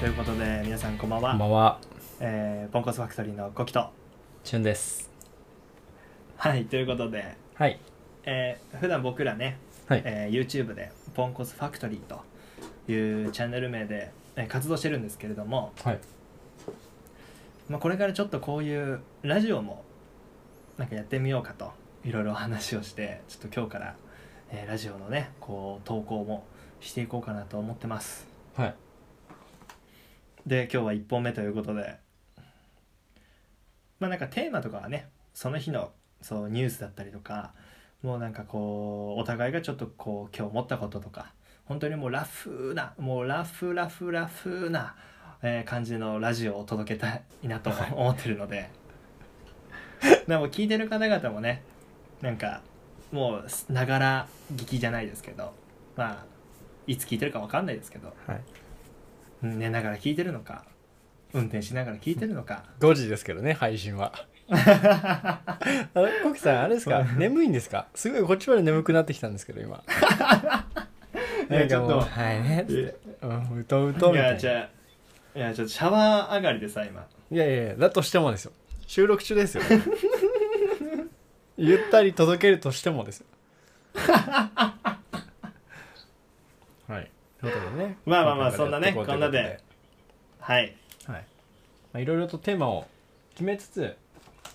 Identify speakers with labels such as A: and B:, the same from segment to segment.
A: ということで皆さんこんばんは
B: こんばんは、
A: えーポンコツファクトリーのコキと
B: チュンです。
A: はいということで、
B: はい。
A: えー普段僕らね、
B: はい
A: えー YouTube でポンコツファクトリーというチャンネル名で、えー活動してるんですけれども、
B: はい。
A: まあ、これからちょっとこういうラジオもなんかやってみようかといろいろ話をしてちょっと今日から、えーラジオのねこう投稿もしていこうかなと思ってます
B: はい。
A: で今日は1本目ということでまあなんかテーマとかはねその日のそうニュースだったりとかもうなんかこうお互いがちょっとこう今日思ったこととか本当にもうラフなもうラフラフラフな、えー感じのラジオを届けたいなと思ってるのででも聞いてる方々もねなんかもうながら聞きじゃないですけどまあいつ聞いてるかわかんないですけど
B: はい。
A: 寝ながら聞いてるのか運転しながら聞いてるのか
B: 5時ですけどね、配信は。 あれ、コキさん、あれですか眠いんですかすごいこっちまで眠くなってきたんですけど、今。なんかもう、はいね。つってうん、うとうと
A: い
B: みた
A: や
B: いな。い
A: じゃあいやちょっとシャワー上がりでさ今
B: やいやいや、だとしてもですよ。収録中 ですよ。ゆったり届けるとしても ですよ。はい。ということでね。
A: まあまあまあ
B: 今回からやっていこう
A: そんなね
B: ということ
A: こんなではい
B: はいまあ、いろいろとテーマを決めつつ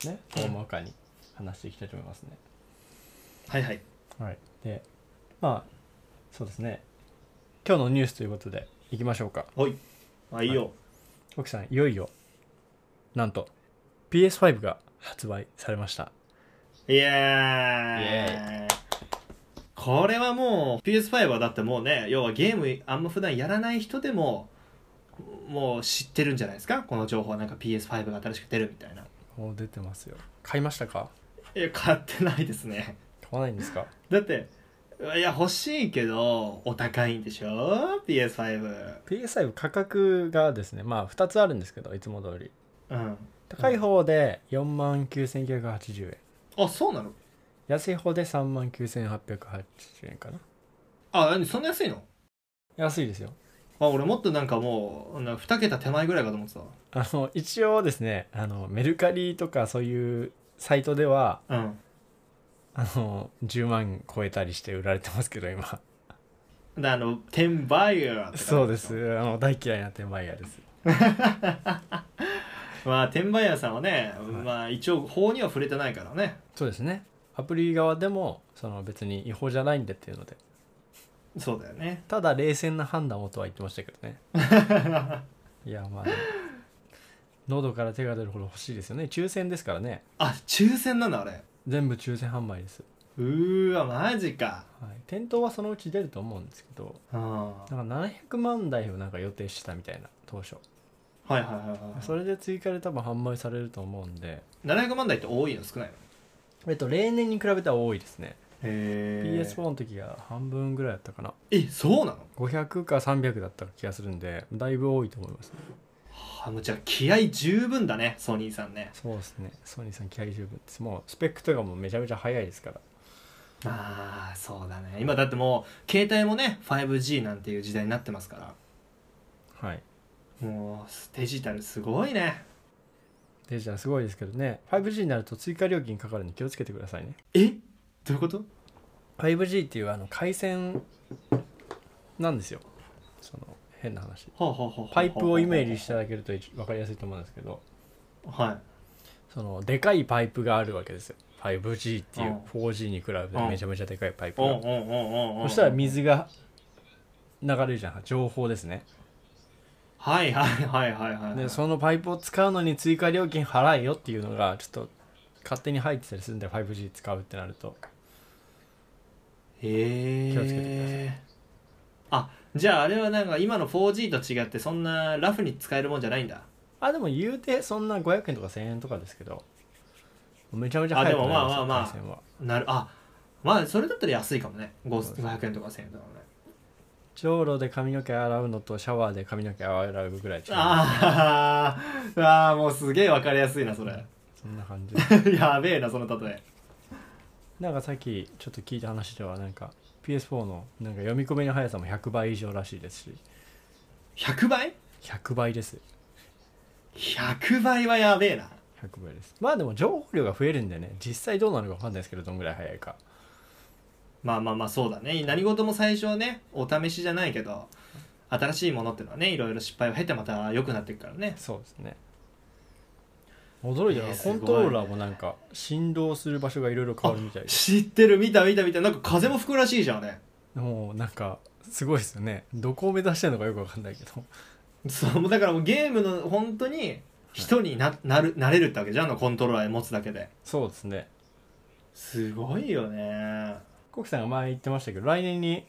B: ね大まかに話していきたいと思いますね、
A: はいはい
B: はいでまあそうですね今日のニュースということでいきましょうか
A: ほいあいいよ、
B: 奥さんいよいよなんと PS5 が発売されました
A: い、やー
B: イ
A: これはもう PS5 はだってもうね要はゲームあんま普段やらない人でももう知ってるんじゃないですかこの情報はなんか PS5 が新しく出るみたいな
B: もう出てますよ買いましたか
A: いや買ってないですね
B: 買わないんですか
A: だっていや欲しいけどお高いんでしょ PS5
B: PS5 価格がですねまあ2つあるんですけどいつも通り
A: うん
B: 高い方で4万9980円
A: あそうなの
B: 安い方で3万9880円かな
A: あ何そんな安いの
B: 安いですよ
A: あ俺もっとなんかもうな2桁手前ぐらいかと思って
B: あの一応ですねあのメルカリとかそういうサイトでは
A: たうん
B: あの10万超えたりして売られてますけど今
A: であの転売ヤーとか
B: そうですあの大嫌いな転売ヤーです
A: まあ転売ヤーさんはね、
B: い
A: まあ一応法には触れてないからね
B: そうですねアプリ側でもその別に違法じゃないんでっていうので
A: そうだよね
B: ただ冷静な判断をとは言ってましたけど ねいやまあ喉から手が出るほど欲しいですよね抽選ですからね
A: あ抽選なんだあれ
B: 全部抽選販売です、
A: うーわマジか
B: はい、店頭はそのうち出ると思うんですけど
A: うん
B: なんか700万台をなんか予定してたみたいな当初
A: はいはいはい
B: そ
A: はい
B: れで追加で多分販売されると思うんで、
A: 700万台って多いの少ないの
B: えっと、例年に比べたら多いですね、
A: へ
B: PS4 の時が半分ぐらいだったかな
A: ええそうなの
B: 500か300だった気がするんでだいぶ多いと思います、ね、
A: あもうじゃあ気合十分だねソニーさんね
B: そうですねソニーさん気合十分ですもうスペックとかもめちゃめちゃ早いですから
A: ああそうだね今だってもう携帯もね 5G なんていう時代になってますから
B: はい
A: もうデジタルすごいね
B: デジタルすごいですけどね 5G になると追加料金かかるんで気をつけてくださいね
A: えどういうこと
B: 5G っていうあの回線なんですよその変な話
A: ほうほうほうほうほう
B: パイプをイメージしていただけると分かりやすいと思うんですけど
A: は
B: そのでかいパイプがあるわけですよ 5G っていううん 4G に比べて
A: うん
B: めちゃめちゃでかいパイ
A: い
B: プ
A: うん
B: が
A: うんうんうんうん
B: そしたら水が流れるじゃん情報ですね
A: はいはいはいはいはい
B: でそのパイプを使うのに追加料金払えよっていうのがちょっと勝手に入ってたりするんで 5G 使うってなると
A: へえ
B: 気をつけてくださ
A: あじゃああれはなんか今の 4G と違ってそんなラフに使えるもんじゃないんだ
B: あでも言うてそんな500円とか1000円とかですけどめちゃめちゃ
A: あ
B: 早
A: で
B: くな
A: も
B: り
A: まあ
B: ます
A: まあまあ
B: よ回線は
A: なるあまあそれだったら安いかもねご
B: そうです
A: 500円とか1000円とかね
B: じょうろで髪の毛洗うのとシャワーで髪の毛洗うぐらい違う
A: あーあーもうすげえわかりやすいなそれ
B: そんな感じです
A: やべえなその例え
B: なんかさっきちょっと聞いた話ではなんか PS4 のなんか読み込みの速さも100倍以上らしいですし
A: 100倍
B: 100倍です
A: 100倍はやべえな
B: 100倍ですまあでも情報量が増えるんでね実際どうなるか分かんないですけどどんぐらい早いか
A: まあまあまあそうだね何事も最初はねお試しじゃないけど新しいものってのはねいろいろ失敗を経てまた良くなっていくからね
B: そうですね驚いたな、
A: えーす
B: コ
A: ごい
B: ントローラーもなんか振動する場所がいろいろ変わるみたいで
A: 知ってる見た見た見たなんか風も吹くらしいじゃんね
B: もうなんかすごいですよねどこを目指してるのかよく分かんないけど
A: そうもうだからもうゲームの本当に人にななるなれるってわけじゃんあのコントローラー持つだけで
B: そうですね
A: すごいよね
B: コキさんが前言ってましたけど来年に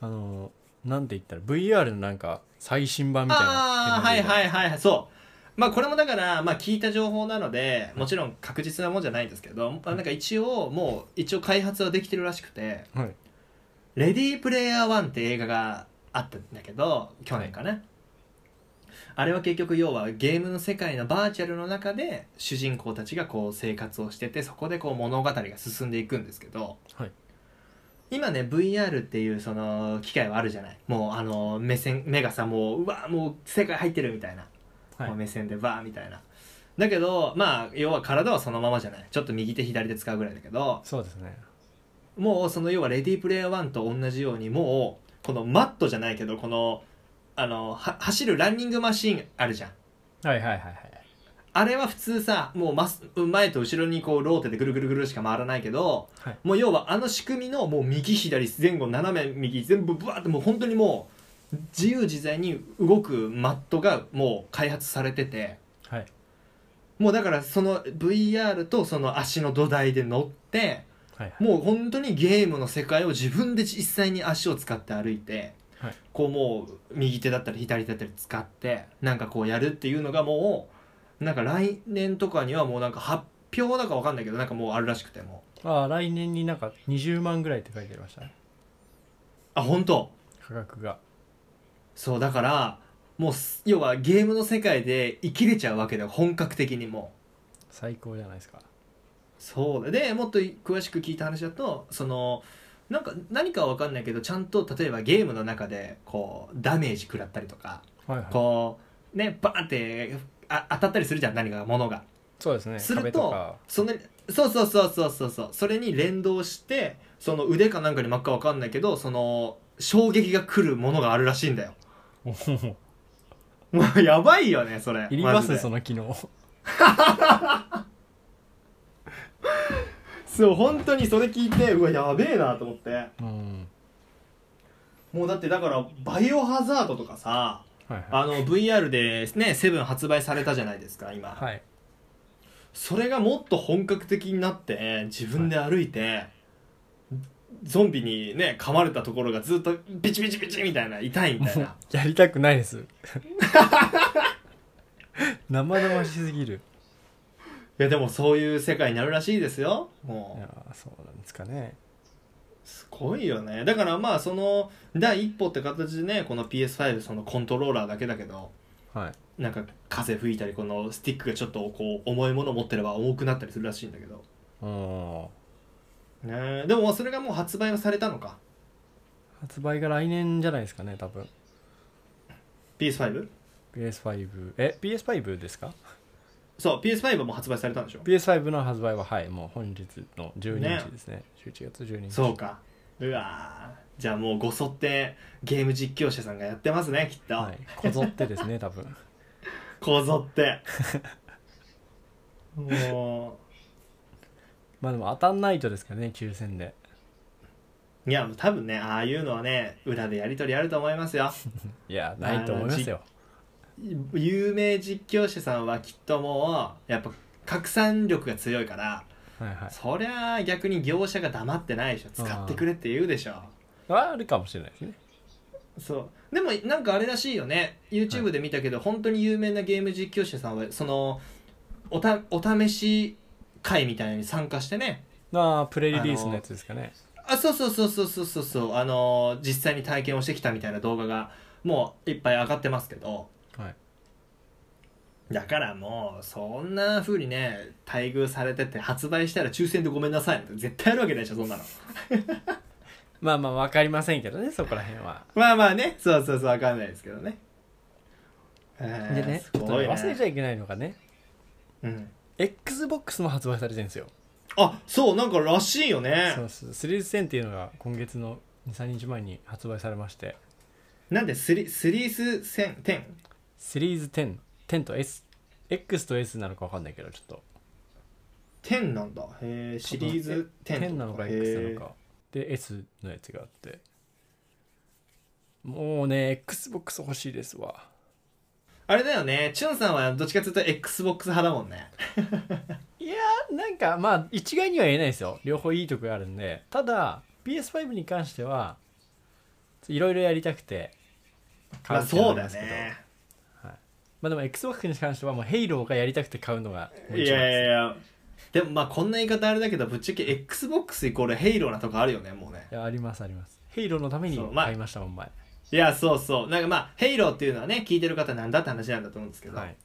B: あのなんて言ったら VR のなんか最新版みたいな
A: ああーはい
B: い
A: はいはいはいそうまあこれもだから、まあ、聞いた情報なのでもちろん確実なもんじゃないんですけど、まあなんか一応もう一応開発はできてるらしくて
B: はい
A: 「レディープレイヤー1」って映画があったんだけど去年かな、あれは結局要はゲームの世界のバーチャルの中で主人公たちがこう生活をしててそこでこう物語が進んでいくんですけど、
B: はい
A: 今ね VR っていうその機械はあるじゃないもうあの目線目がさもううわもう世界入ってるみたいな、
B: はい
A: こう目線でバーみたいなだけどまあ要は体はそのままじゃないちょっと右手左手使うぐらいだけど、
B: そうですね
A: もうその要はレディープレイヤー1と同じようにもうこのマットじゃないけどこのあのは走るランニングマシーンあるじゃん
B: はいはいはいはい
A: あれは普通さもうま前と後ろにこうローテでぐるぐるぐるしか回らないけど、
B: はい
A: もう要はあの仕組みのもう右左前後斜め右全部ブワーってもう本当にもう自由自在に動くマットがもう開発されてて
B: はい
A: もうだからその VR とその足の土台で乗って
B: はい
A: もう本当にゲームの世界を自分で実際に足を使って歩いて、
B: はい
A: こうもう右手だったり左手だったり使ってなんかこうやるっていうのがもうなんか来年とかにはもうなんか発表だかわかんないけどなんかもうあるらしくてもう
B: ああ来年になんか20万ぐらいって書いてありましたね
A: あ本当
B: 価格が
A: そうだからもうす要はゲームの世界で生きれちゃうわけで本格的にもう
B: 最高じゃないですか
A: そうだでもっと詳しく聞いた話だとそのなんか何かは分かんないけどちゃんと例えばゲームの中でこうダメージ食らったりとか
B: はいはい
A: こうねバーンってあ当たったりするじゃん何かが物が
B: そうですね
A: する
B: 壁
A: と
B: とか
A: そのそうそうそうそうそうそうそれに連動してその腕かなんかに真っ赤わかんないけどその衝撃が来るものがあるらしいんだよ
B: おほほ
A: もうやばいよねそれ
B: いりま
A: マジ
B: す
A: で
B: その機能
A: そう本当にそれ聞いてうわやべえなと思って
B: うん
A: もうだってだからバイオハザードとかさ
B: はいはい
A: あの VR でね7発売されたじゃないですか今、
B: はい
A: それがもっと本格的になって自分で歩いて、ゾンビにね噛まれたところがずっとビチビチビチみたいな痛いみたい な
B: やりたくないです 生々しすぎる
A: いやでもそういう世界になるらしいですよも
B: いうやーそうなんですかね
A: すごいよねだからまあその第一歩って形でねこの PS5 そのコントローラーだけだけど
B: はい
A: なんか風吹いたりこのスティックがちょっとこう重いものを持ってれば重くなったりするらしいんだけど
B: うん
A: ねえでもそれがもう発売はされたのか
B: 発売が来年じゃないですかね多分
A: PS5?
B: PS5 え PS5 ですか
A: そう PS5 はもう発売されたんでしょ
B: PS5 の発売ははいもう本日の12日ですね11月12日
A: そうかうわーじゃあもうごそってゲーム実況者さんがやってますねきっと、
B: はい、こぞってですね 多分
A: こぞって も
B: まあでも当たんないとですからね抽選で
A: ういやもう多分ねああいうのはね裏でやり取りあると思いますよ
B: いやないと思いますよ
A: 有名実況者さんはきっともうやっぱ拡散力が強いから、
B: はいはい
A: そりゃあ逆に業者が黙ってないでしょ使ってくれって言うでしょ
B: あるかもしれないですね
A: そうでもなんかあれらしいよね YouTube で見たけど、本当に有名なゲーム実況者さんはそのおたお試し会みたいなのに参加してね
B: まあプレリリースのやつですかね
A: あそうそうそうそうそうそうそうあのー実際に体験をしてきたみたいな動画がもういっぱい上がってますけど
B: はい
A: だからもうそんな風にね待遇されてて発売したら抽選でごめんなさいなんて絶対あるわけないでしょそんなの
B: まあまあわかりませんけどねそこら辺は
A: まあまあねそうそうそうわかんないですけどねえー
B: でね
A: す
B: ちょっと
A: ご
B: ね
A: いね
B: 忘れちゃいけないのがね
A: うん
B: XBOX も発売されてるんですよ、
A: あそうなんからしいよね
B: そうそうシリーズ10っていうのが今月の23日前に発売されまして
A: なんでスリスリース戦10
B: シリーズ1010と SX と S なのか分かんないけどちょっと
A: 10なんだへえシリーズ10
B: 10なのか
A: へ
B: X な
A: え
B: のかで S のやつがあってもうね XBOX 欲しいですわ
A: あれだよねチュンさんはどっちかというと XBOX 派だもんね
B: いやーなんかまあ一概には言えないですよ両方いいとこがあるんでただ PS5 に関してはいろいろやりたくて
A: まあ
B: う気にな
A: そう
B: り
A: だ
B: ますけど
A: ね
B: まあでも XBOX に関してはもうヘイローがやりたくて買うのがもう
A: い
B: 一番
A: やい
B: で
A: やいやでもまあこんな言い方あれだけどぶっちゃけ XBOX イコールヘイローなとこあるよねもうね
B: すいやありますありますヘイローのために
A: そうまあ
B: 買いましたもん前、
A: いやそうそうなんかまあヘイローっていうのはね聞いてる方なんだって話なんだと思うんですけど、
B: はい、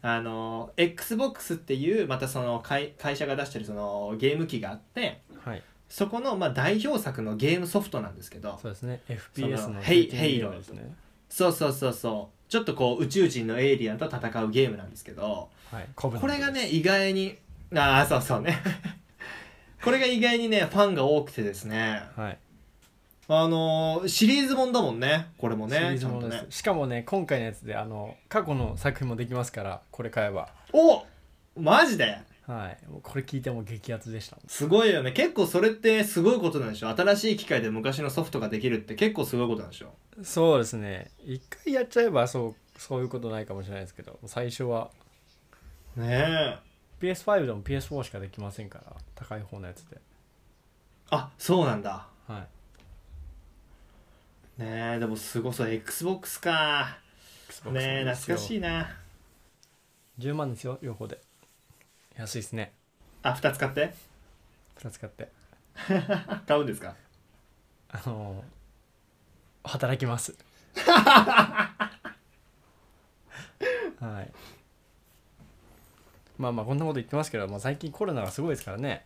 A: あの XBOX っていうまたその会会社が出してるそのゲーム機があって
B: はい、
A: そこのまあ代表作のゲームソフトなんですけど
B: そうですね FPS の
A: ヘイ
B: シューティング
A: ヘイロー
B: ゲムですね
A: そうそうそうそうちょっとこう宇宙人のエイリアンと戦うゲームなんですけど
B: はいコブナン
A: こ
B: トで
A: れが
B: す
A: ね意外にああそうそうね これが意外にねファンが多くてですね
B: はい
A: あのーシリーズもんだもんねこれも
B: シリー
A: ねち
B: ズ
A: ゃ
B: も
A: ん
B: の
A: と
B: です、
A: ね
B: しかもね今回のやつであの過去の作品もできますからこれ買えば
A: おマジで
B: はいもうこれ聞いても激アツでした
A: すごいよね結構それってすごいことなんでしょ新しい機械で昔のソフトができるって結構すごいことなんでしょ
B: そうですね一回やっちゃえばそうそういうことないかもしれないですけど最初は
A: ねえ
B: PS5 でも PS4 しかできませんから高い方のやつで
A: あそうなんだ
B: はい
A: ねえでもすごそう XBOX か
B: Xbox
A: ねえ懐かし
B: い
A: いな
B: 10万ですよ両方で安いですね
A: あ二2つ買って
B: 2つ買って
A: あ買うんですか
B: あの働きますはいまあまあこんなこと言ってますけど、まあ、最近コロナがすごいですからね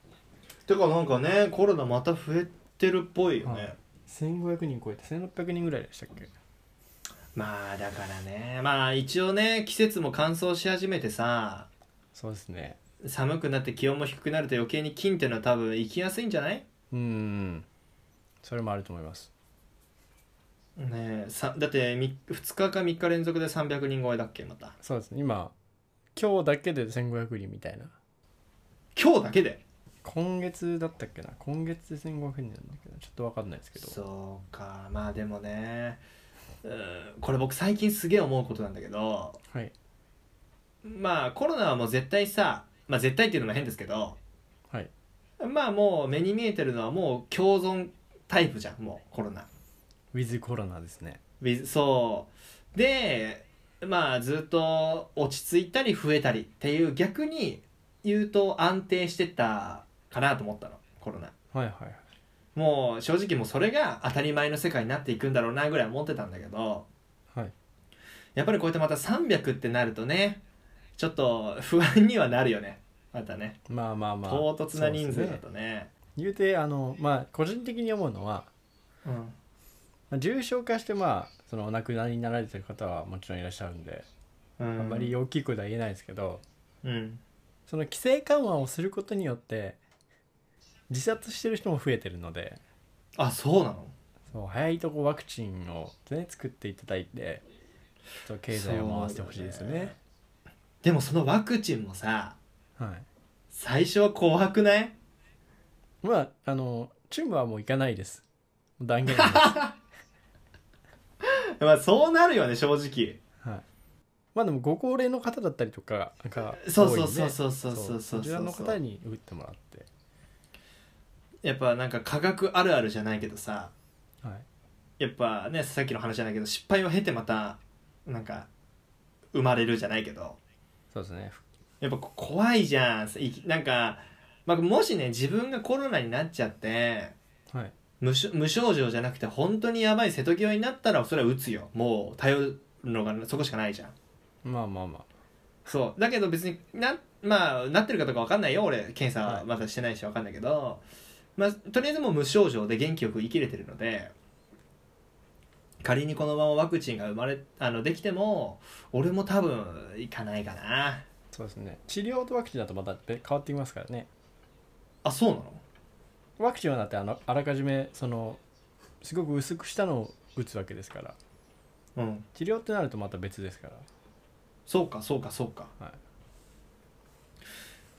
A: てかなんかねコロナまた増えてるっぽいよね、
B: はい1500人超えて1600人ぐらいでしたっけ
A: まあだからねまあ一応ね季節も乾燥し始めてさ
B: そうですね
A: 寒くなって気温も低くなると余計に菌っていうのは多分行きやすいんじゃない
B: うんそれもあると思います
A: ねえさだってみ2日か3日連続で300人超えだっけまた
B: そうですね今今日だけで1500人みたいな
A: 今日だけで
B: 今月だったっけな今月で1500人なんだけどちょっと分かんないですけど
A: そうかまあでもねうんこれ僕最近すげえ思うことなんだけど
B: はい
A: まあコロナはもう絶対さまあ絶対っていうのも変ですけど
B: はい
A: まあもう目に見えてるのはもう共存タイプじゃんもうコロナ
B: with コロナですね
A: with- そうでまあずっと落ち着いたり増えたりっていう逆に言うと安定してたかなと思ったのコロナ
B: はいはい
A: もう正直もうそれが当たり前の世界になっていくんだろうなぐらい思ってたんだけど
B: はい
A: やっぱりこうやってまた300ってなるとねちょっと不安にはなるよねまたね
B: まあまあまあ
A: 唐突な人
B: そう
A: 数
B: で
A: だ
B: すね
A: とね
B: 言うてあのまあ個人的に思うのは
A: うん
B: まあ重症化してまあそのお亡くなりになられてる方はもちろんいらっしゃるんで、
A: うん
B: あんまり大きい声では言えないですけど
A: うん
B: その規制緩和をすることによって自殺してる人も増えてるので
A: あそうなの
B: そう早いとこワクチンを、ね、作っていただいてちょっと経済を回してほしいですよね
A: でもそのワクチンもさ
B: は
A: 最初は怖くない
B: いまああのチュームはもう行かないです断言ですはい
A: まあそうなるよね正直
B: まあでもご高齢の方だったりとかが多いんで
A: そうそうそうそうそうそう
B: そ
A: そう
B: ち
A: そ
B: ら
A: う
B: の
A: そ
B: 方
A: う
B: に打ってもらって
A: やっぱなんか科学あるあるじゃないけどさ
B: はい
A: やっぱねさっきの話じゃないけど失敗を経てまたなんか生まれるじゃないけど
B: そうですね
A: やっぱこ怖いじゃんいきなんか、まあ、もしね自分がコロナになっちゃって
B: はい
A: 無症無症状じゃなくて本当にやばい瀬戸際になったらそれは打つよもう頼るのがそこしかないじゃん
B: まあまあまあ
A: そうだけど別にな,、まあ、なってるかとか分かんないよ俺検査
B: は
A: はいまだしてないし分かんないけど、まあ、とりあえずもう無症状で元気よく生きれてるので仮にこのままワクチンが生まれあのできても俺も多分行かないかな
B: そうですね治療とワクチンだとまた別変わってきますからね
A: あそうなの
B: ワクチンはだってあのあらかじめそのすごく薄くしたのを打つわけですから
A: うん
B: 治療ってなるとまた別ですから
A: そうかそうかそうか、、
B: はい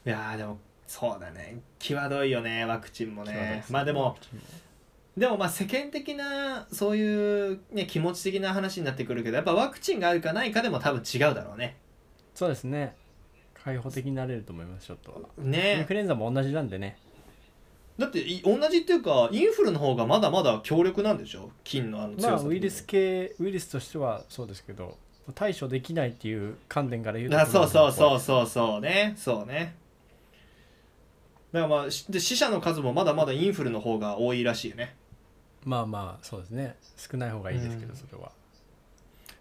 A: やーでもそうだね際どいよねワクチンもねまあでもでもまあ世間的なそういう、ね、気持ち的な話になってくるけどやっぱワクチンがあるかないかでも多分違うだろうね
B: そうですね開放的になれると思いますちょっとはイン
A: ね
B: フルエンザも同じなんでね
A: だってい同じっていうかインフルの方がまだまだ強力なんでしょ菌のあの強さ
B: ま
A: と
B: あ
A: か
B: ウイルス系ウイルスとしてはそうですけど対処できないっていう観点から言うと
A: あそうそうそううそうそうねそうねだからまあしで死者の数もまだまだインフルの方が多いらしいよね
B: まあまあそうですね少ない方がいいですけど
A: うん
B: それは、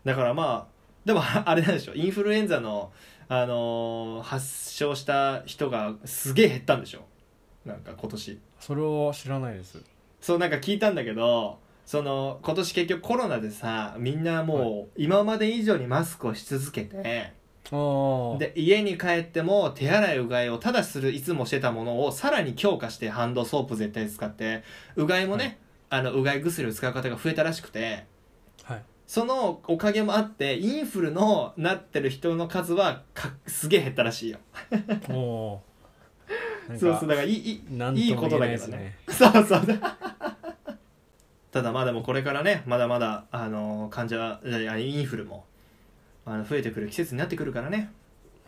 A: だからまあでも ああれなんでしょインフルエンザの、あのー発症した人がすげえ減ったんでしょなんか今年
B: それは知らないです
A: そうなんか聞いたんだけどその今年結局コロナでさみんなもう今まで以上にマスクをし続けて、
B: ああ
A: で家に帰っても手洗いうがいをただするいつもしてたものをさらに強化してハンドソープ絶対使ってうがいもね、あのうがい薬を使う方が増えたらしくて
B: はい
A: そのおかげもあってインフルのなってる人の数はかすげえ減ったらしいよ
B: おおーなんか
A: そうそうだからいいい
B: なん
A: いい
B: とも
A: こ
B: 言
A: とだけど
B: えないです
A: ね
B: ね
A: そうそう ただまあでもこれからねまだまだあの患者いやいやインフルもあの増えてくる季節になってくるからね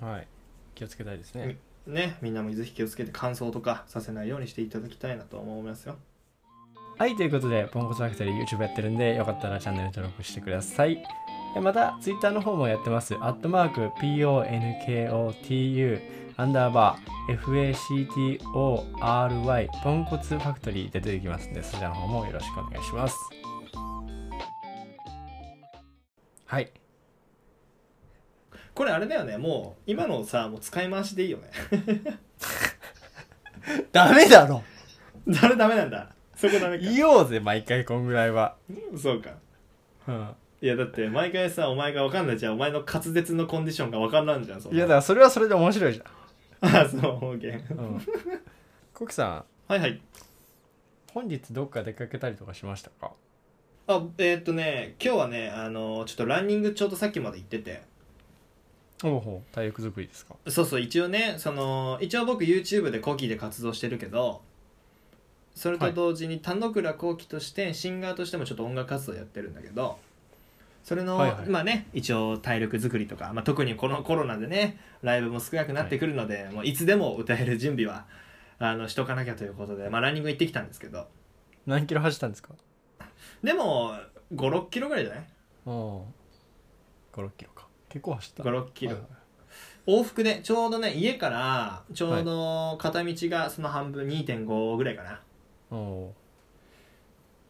B: はい気をつけたいですね、
A: うんねみんなもぜひ気をつけて乾燥とかさせないようにしていただきたいなと思いますよ
B: はい、ということで、ポンコツファクトリー YouTube やってるんで、よかったらチャンネル登録してください。えまた、Twitter の方もやってます。アットマーク、PONKOTU、アンダーバー、FACTORY、ポンコツファクトリーで出てきますんで、そちらの方もよろしくお願いします。はい。
A: これあれだよねもう今のさもう使い回しでいいよね
B: ダメだろ
A: あれダメなんだそこダメか
B: 言おうぜ、毎回こんぐらいは。
A: そうか
B: うん。
A: いやだって毎回さお前が分かんないじゃんお前の滑舌のコンディションが分かんないじゃんそん
B: い
A: な
B: や、だからそれはそれで面白いじ
A: あ そう方言
B: ゃん。うん。コキさん、
A: はいはい
B: 本日どっか出かけたりとかしましたか
A: あえーっとね今日はねあのちょっとランニングちょうどさっきまで行ってて
B: ほうほう体力作りですか
A: そうそう一応ねその一応僕 YouTube でコキで活動してるけどそれと同時に田之倉コキとしてシンガーとしてもちょっと音楽活動やってるんだけどそれの、
B: はいはい
A: まあね一応体力作りとか、まあ、特にこのコロナでねライブも少なくなってくるので、い、もういつでも歌える準備はあのしとかなきゃということで、まあ、ランニング行ってきたんですけど
B: 何キロ走ったんですか
A: でも56キロぐらいじゃない
B: うん5 6キロか結構走った
A: 56キロ、
B: はいはい
A: 往復でちょうどね家からちょうど片道がその半分2.5ぐらいかな、
B: おー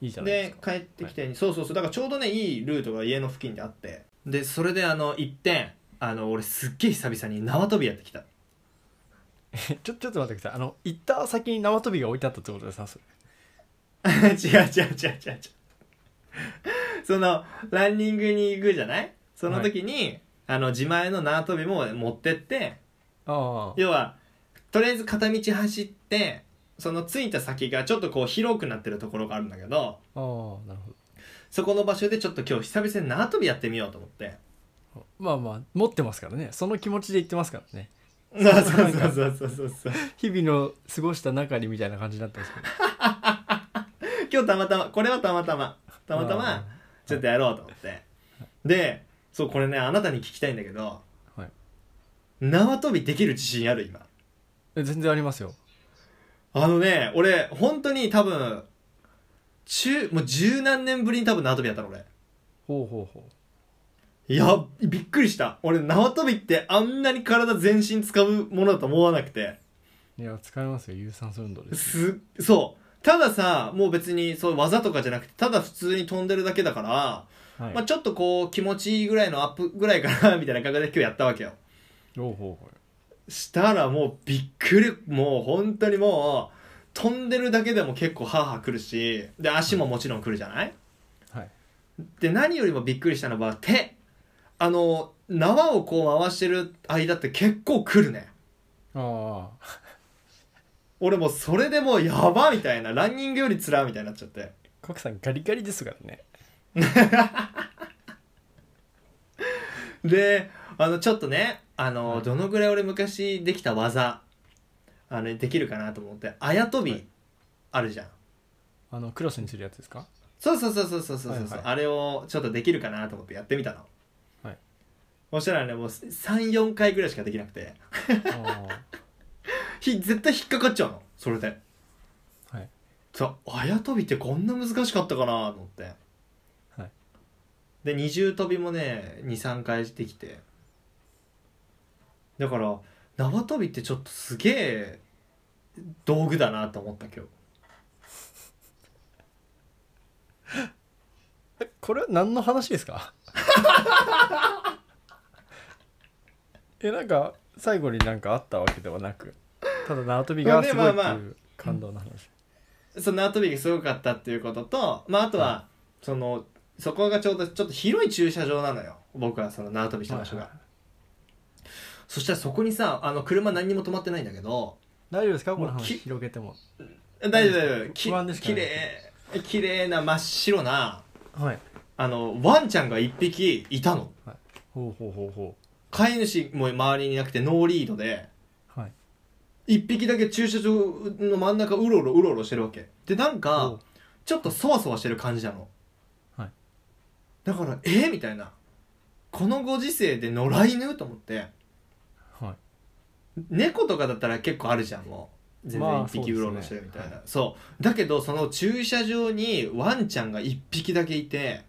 B: いいじゃないです
A: で
B: か
A: 帰ってきて、そうそうそうだからちょうどねいいルートが家の付近であってでそれであの一点あの俺すっげえ久々に縄跳びやってきた
B: ちょ ちょっと待ってくださいあの行った先に縄跳びが置いてあったってことですかそれ
A: 違う違う違う違う違うそのランニングに行くじゃないその時に、あの自前の縄跳びも持ってって
B: あ
A: 要はとりあえず片道走ってその着いた先がちょっとこう広くなってるところがあるんだけど
B: あああなるほ
A: そこの場所でちょっと今日久々に縄跳びやってみようと思 って
B: どまあまあ持ってますからねその気持ちで行ってますからね
A: そうそうそうそうそうそう
B: 日々の過ごした中にみたいな感じになったんですけど
A: 今日たまたまこれはたまたまたまたまちょっとやろうと思ってでそうこれねあなたに聞きたいんだけど、
B: はい
A: 縄跳びできる自信ある今
B: え全然ありますよ
A: あのね俺本当に多分中もう十何年ぶりに多分縄跳びやったの俺
B: ほうほうほう
A: いやびっくりした俺縄跳びってあんなに体全身使うものだと思わなくて
B: いや疲れますよ有酸素運動です
A: すそうたださもう別にそう技とかじゃなくてただ普通に飛んでるだけだから
B: はい、
A: まあ、ちょっとこう気持ちいいぐらいのアップぐらいかなみたいな感覚で今日やったわけよ
B: ほうほうほう
A: したらもうびっくりもう本当にもう飛んでるだけでも結構ハーハーくるしで足ももちろんくるじゃない、
B: はい
A: で何よりもびっくりしたのは手あの縄をこう回してる間って結構来るね
B: あ
A: 俺もうそれでもうやばみたいなランニングよりつらみたいになっちゃって
B: あコキさんガリガリですからね
A: であのちょっとねあの、どのぐらい俺昔できた技あのできるかなと思ってあやと
B: は
A: び
B: い
A: あるじゃん、
B: あのクロスにするやつですか
A: そうそうそうそうそうそうそう、
B: はいはい
A: あれをちょっとできるかなと思ってやってみたの、
B: はい、
A: そしたらねもう34回ぐらいしかできなくて
B: あ
A: ひ絶対引っかかっちゃうのそれで
B: あはい
A: そうあやとびってこんな難しかったかなと思って
B: はい
A: で二重跳びもね23回できてだから縄跳びってちょっとすげえ道具だなと思った今日
B: えこれは何の話ですか えなんか最後になんかあったわけではなくただ縄跳びがすごいって
A: まあねまあ
B: いう感動の話、
A: その縄跳びがすごかったっていうことと、まあ、あとは、そのそこがちょうどちょっと広い駐車場なのよ僕はその縄跳びした場所が、
B: はいはい
A: そしたらそこにさあの車何にも止まってないんだけど
B: 大丈夫ですかこの
A: もうき
B: 話広げても
A: 大丈夫大丈夫き
B: 不安でしか
A: き
B: ない
A: れいきれいな真っ白な
B: はい
A: あのワンちゃんが一匹いたの
B: ほうほうほうほ
A: 飼い主も周りにいなくてノーリードで
B: うはい
A: 一匹だけ駐車場の真ん中うろうろうろうろしてるわけでなん
B: お
A: か
B: う
A: ちょっとそわそわしてる感じなの、
B: はい
A: だからえーみたいなこのご時世で野良犬と思って
B: はい
A: 猫とかだったら結構あるじゃんもう全
B: ま
A: 然
B: あ
A: 一匹うろうろしてるみたいな、
B: そうですね
A: そうだけどその駐車場にワンちゃんが一匹だけいて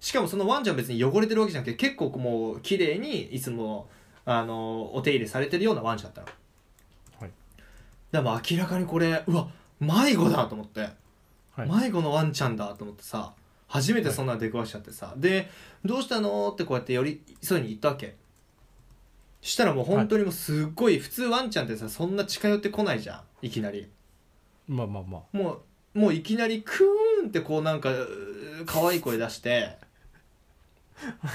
A: しかもそのワンちゃん別に汚れてるわけじゃなくて結構もう綺麗にいつもあのお手入れされてるようなワンちゃんだったの
B: はい
A: でも明らかにこれうわ迷子だと思って、
B: はい
A: 迷子のワンちゃんだと思ってさ初めてそんなの出くわしちゃってさ、で「どうしたの?」ってこうやってより急いに言ったわけしたらもう本当にもうすっごい普通ワンちゃんってさそんな近寄ってこないじゃんいきなり
B: まあまあまあ
A: もうもういきなりクーンってこうなんかうー可愛い声出して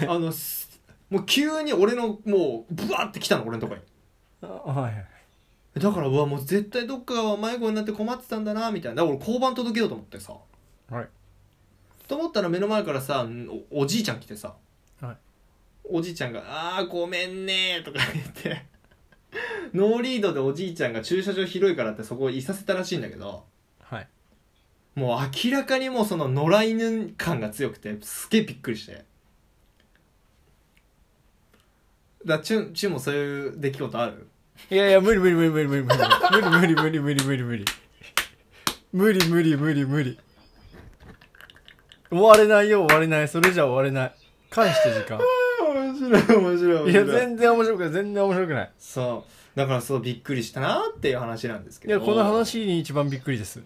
A: あのすもう急に俺のもうブワーって来たの俺のとこに
B: あはいはい
A: だからうわもう絶対どっかが迷子になって困ってたんだなみたいなだから俺交番届けようと思ってさ
B: はい
A: と思ったら目の前からさおおじいちゃん来てさ、
B: はい
A: おじいちゃんが「あーごめんね」とか言って ノーリードでおじいちゃんが駐車場広いからってそこいさせたらしいんだけど
B: はい
A: もう明らかにもうその野良犬感が強くてすげえびっくりしてだチュンチュンもそういう出来事ある
B: いやいや無理無理無理無理無理無理無理無理無理無理無理無理無理無理無理無理無理終われないよ終われないそれじゃ終われない返して時間
A: 面白い面白
B: いや全然面白くない全然面白くない
A: そうだからそうびっくりしたなっていう話なんですけ
B: い
A: ど
B: やこの話に一番びっくりです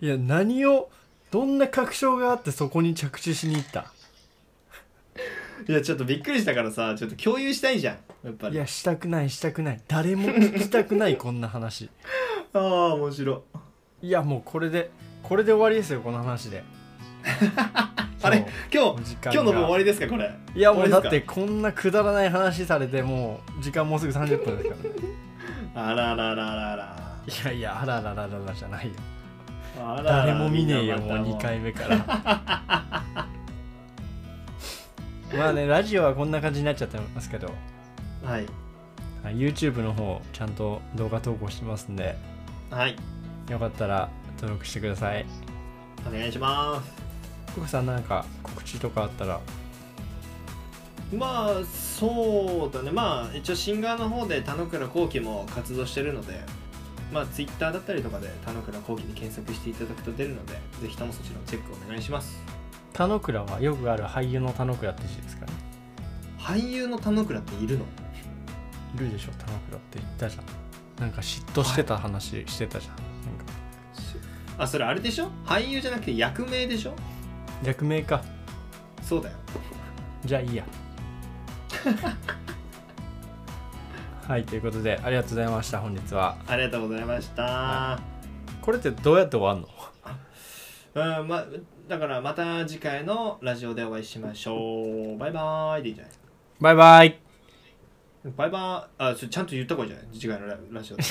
B: いや何をどんな確証があってそこに着地しに行った
A: いやちょっとびっくりしたからさちょっと共有したいじゃんやっぱ
B: い
A: りあ
B: やしたくないしたくない誰も聞きたくないこんな話
A: あー面白い
B: いやもうこれでこれで終わりですよこの話 で
A: あれ今
B: もう
A: 日
B: 時間
A: 今
B: が
A: 日の分終わりですかこれ
B: いやもう
A: 終
B: だ
A: わり
B: っ
A: ですか
B: てこんなくだらない話されてもう時間もうすぐ30分ですからね
A: あららららら
B: いやいやあらららららじゃないよ
A: あらら
B: 誰も見ねえよ
A: みん
B: も
A: な
B: う
A: また
B: 2回目から まあねラジオはこんな感じになっちゃってますけど
A: はい
B: はい YouTube の方ちゃんと動画投稿してますんで
A: はい
B: よかったら登録してください
A: お願いします
B: ココさんなんか告知とかあったら
A: まあそうだねまあ一応シンガーの方で田之倉幸喜も活動してるのでまあ Twitter だったりとかで田之倉幸喜で検索していただくと出るのでぜひともそちらのチェックお願いします
B: 田之倉はよくある俳優の田之倉って字ですかね
A: 俳優の田之倉っているの
B: いるでしょ田之倉って言ったじゃんなんか嫉妬してた話してたじゃんなんか
A: あそれあれでしょ俳優じゃなくて役名でしょ
B: 役名か
A: そうだよ
B: じゃあいいやはいということでありがとうございました本日は
A: ありがとうございました、
B: はこれってどうやって終わんの
A: うんまあだからまた次回のラジオでお会いしましょうバイバーイでいいんじゃない
B: バイバイ
A: バイバーイあちょちゃんと言った方がいいんじゃない次回のララジオで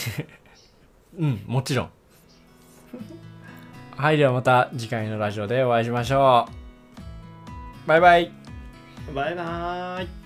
B: うんもちろんはいではまた次回のラジオでお会いしましょうバイバイ
A: バイバーイ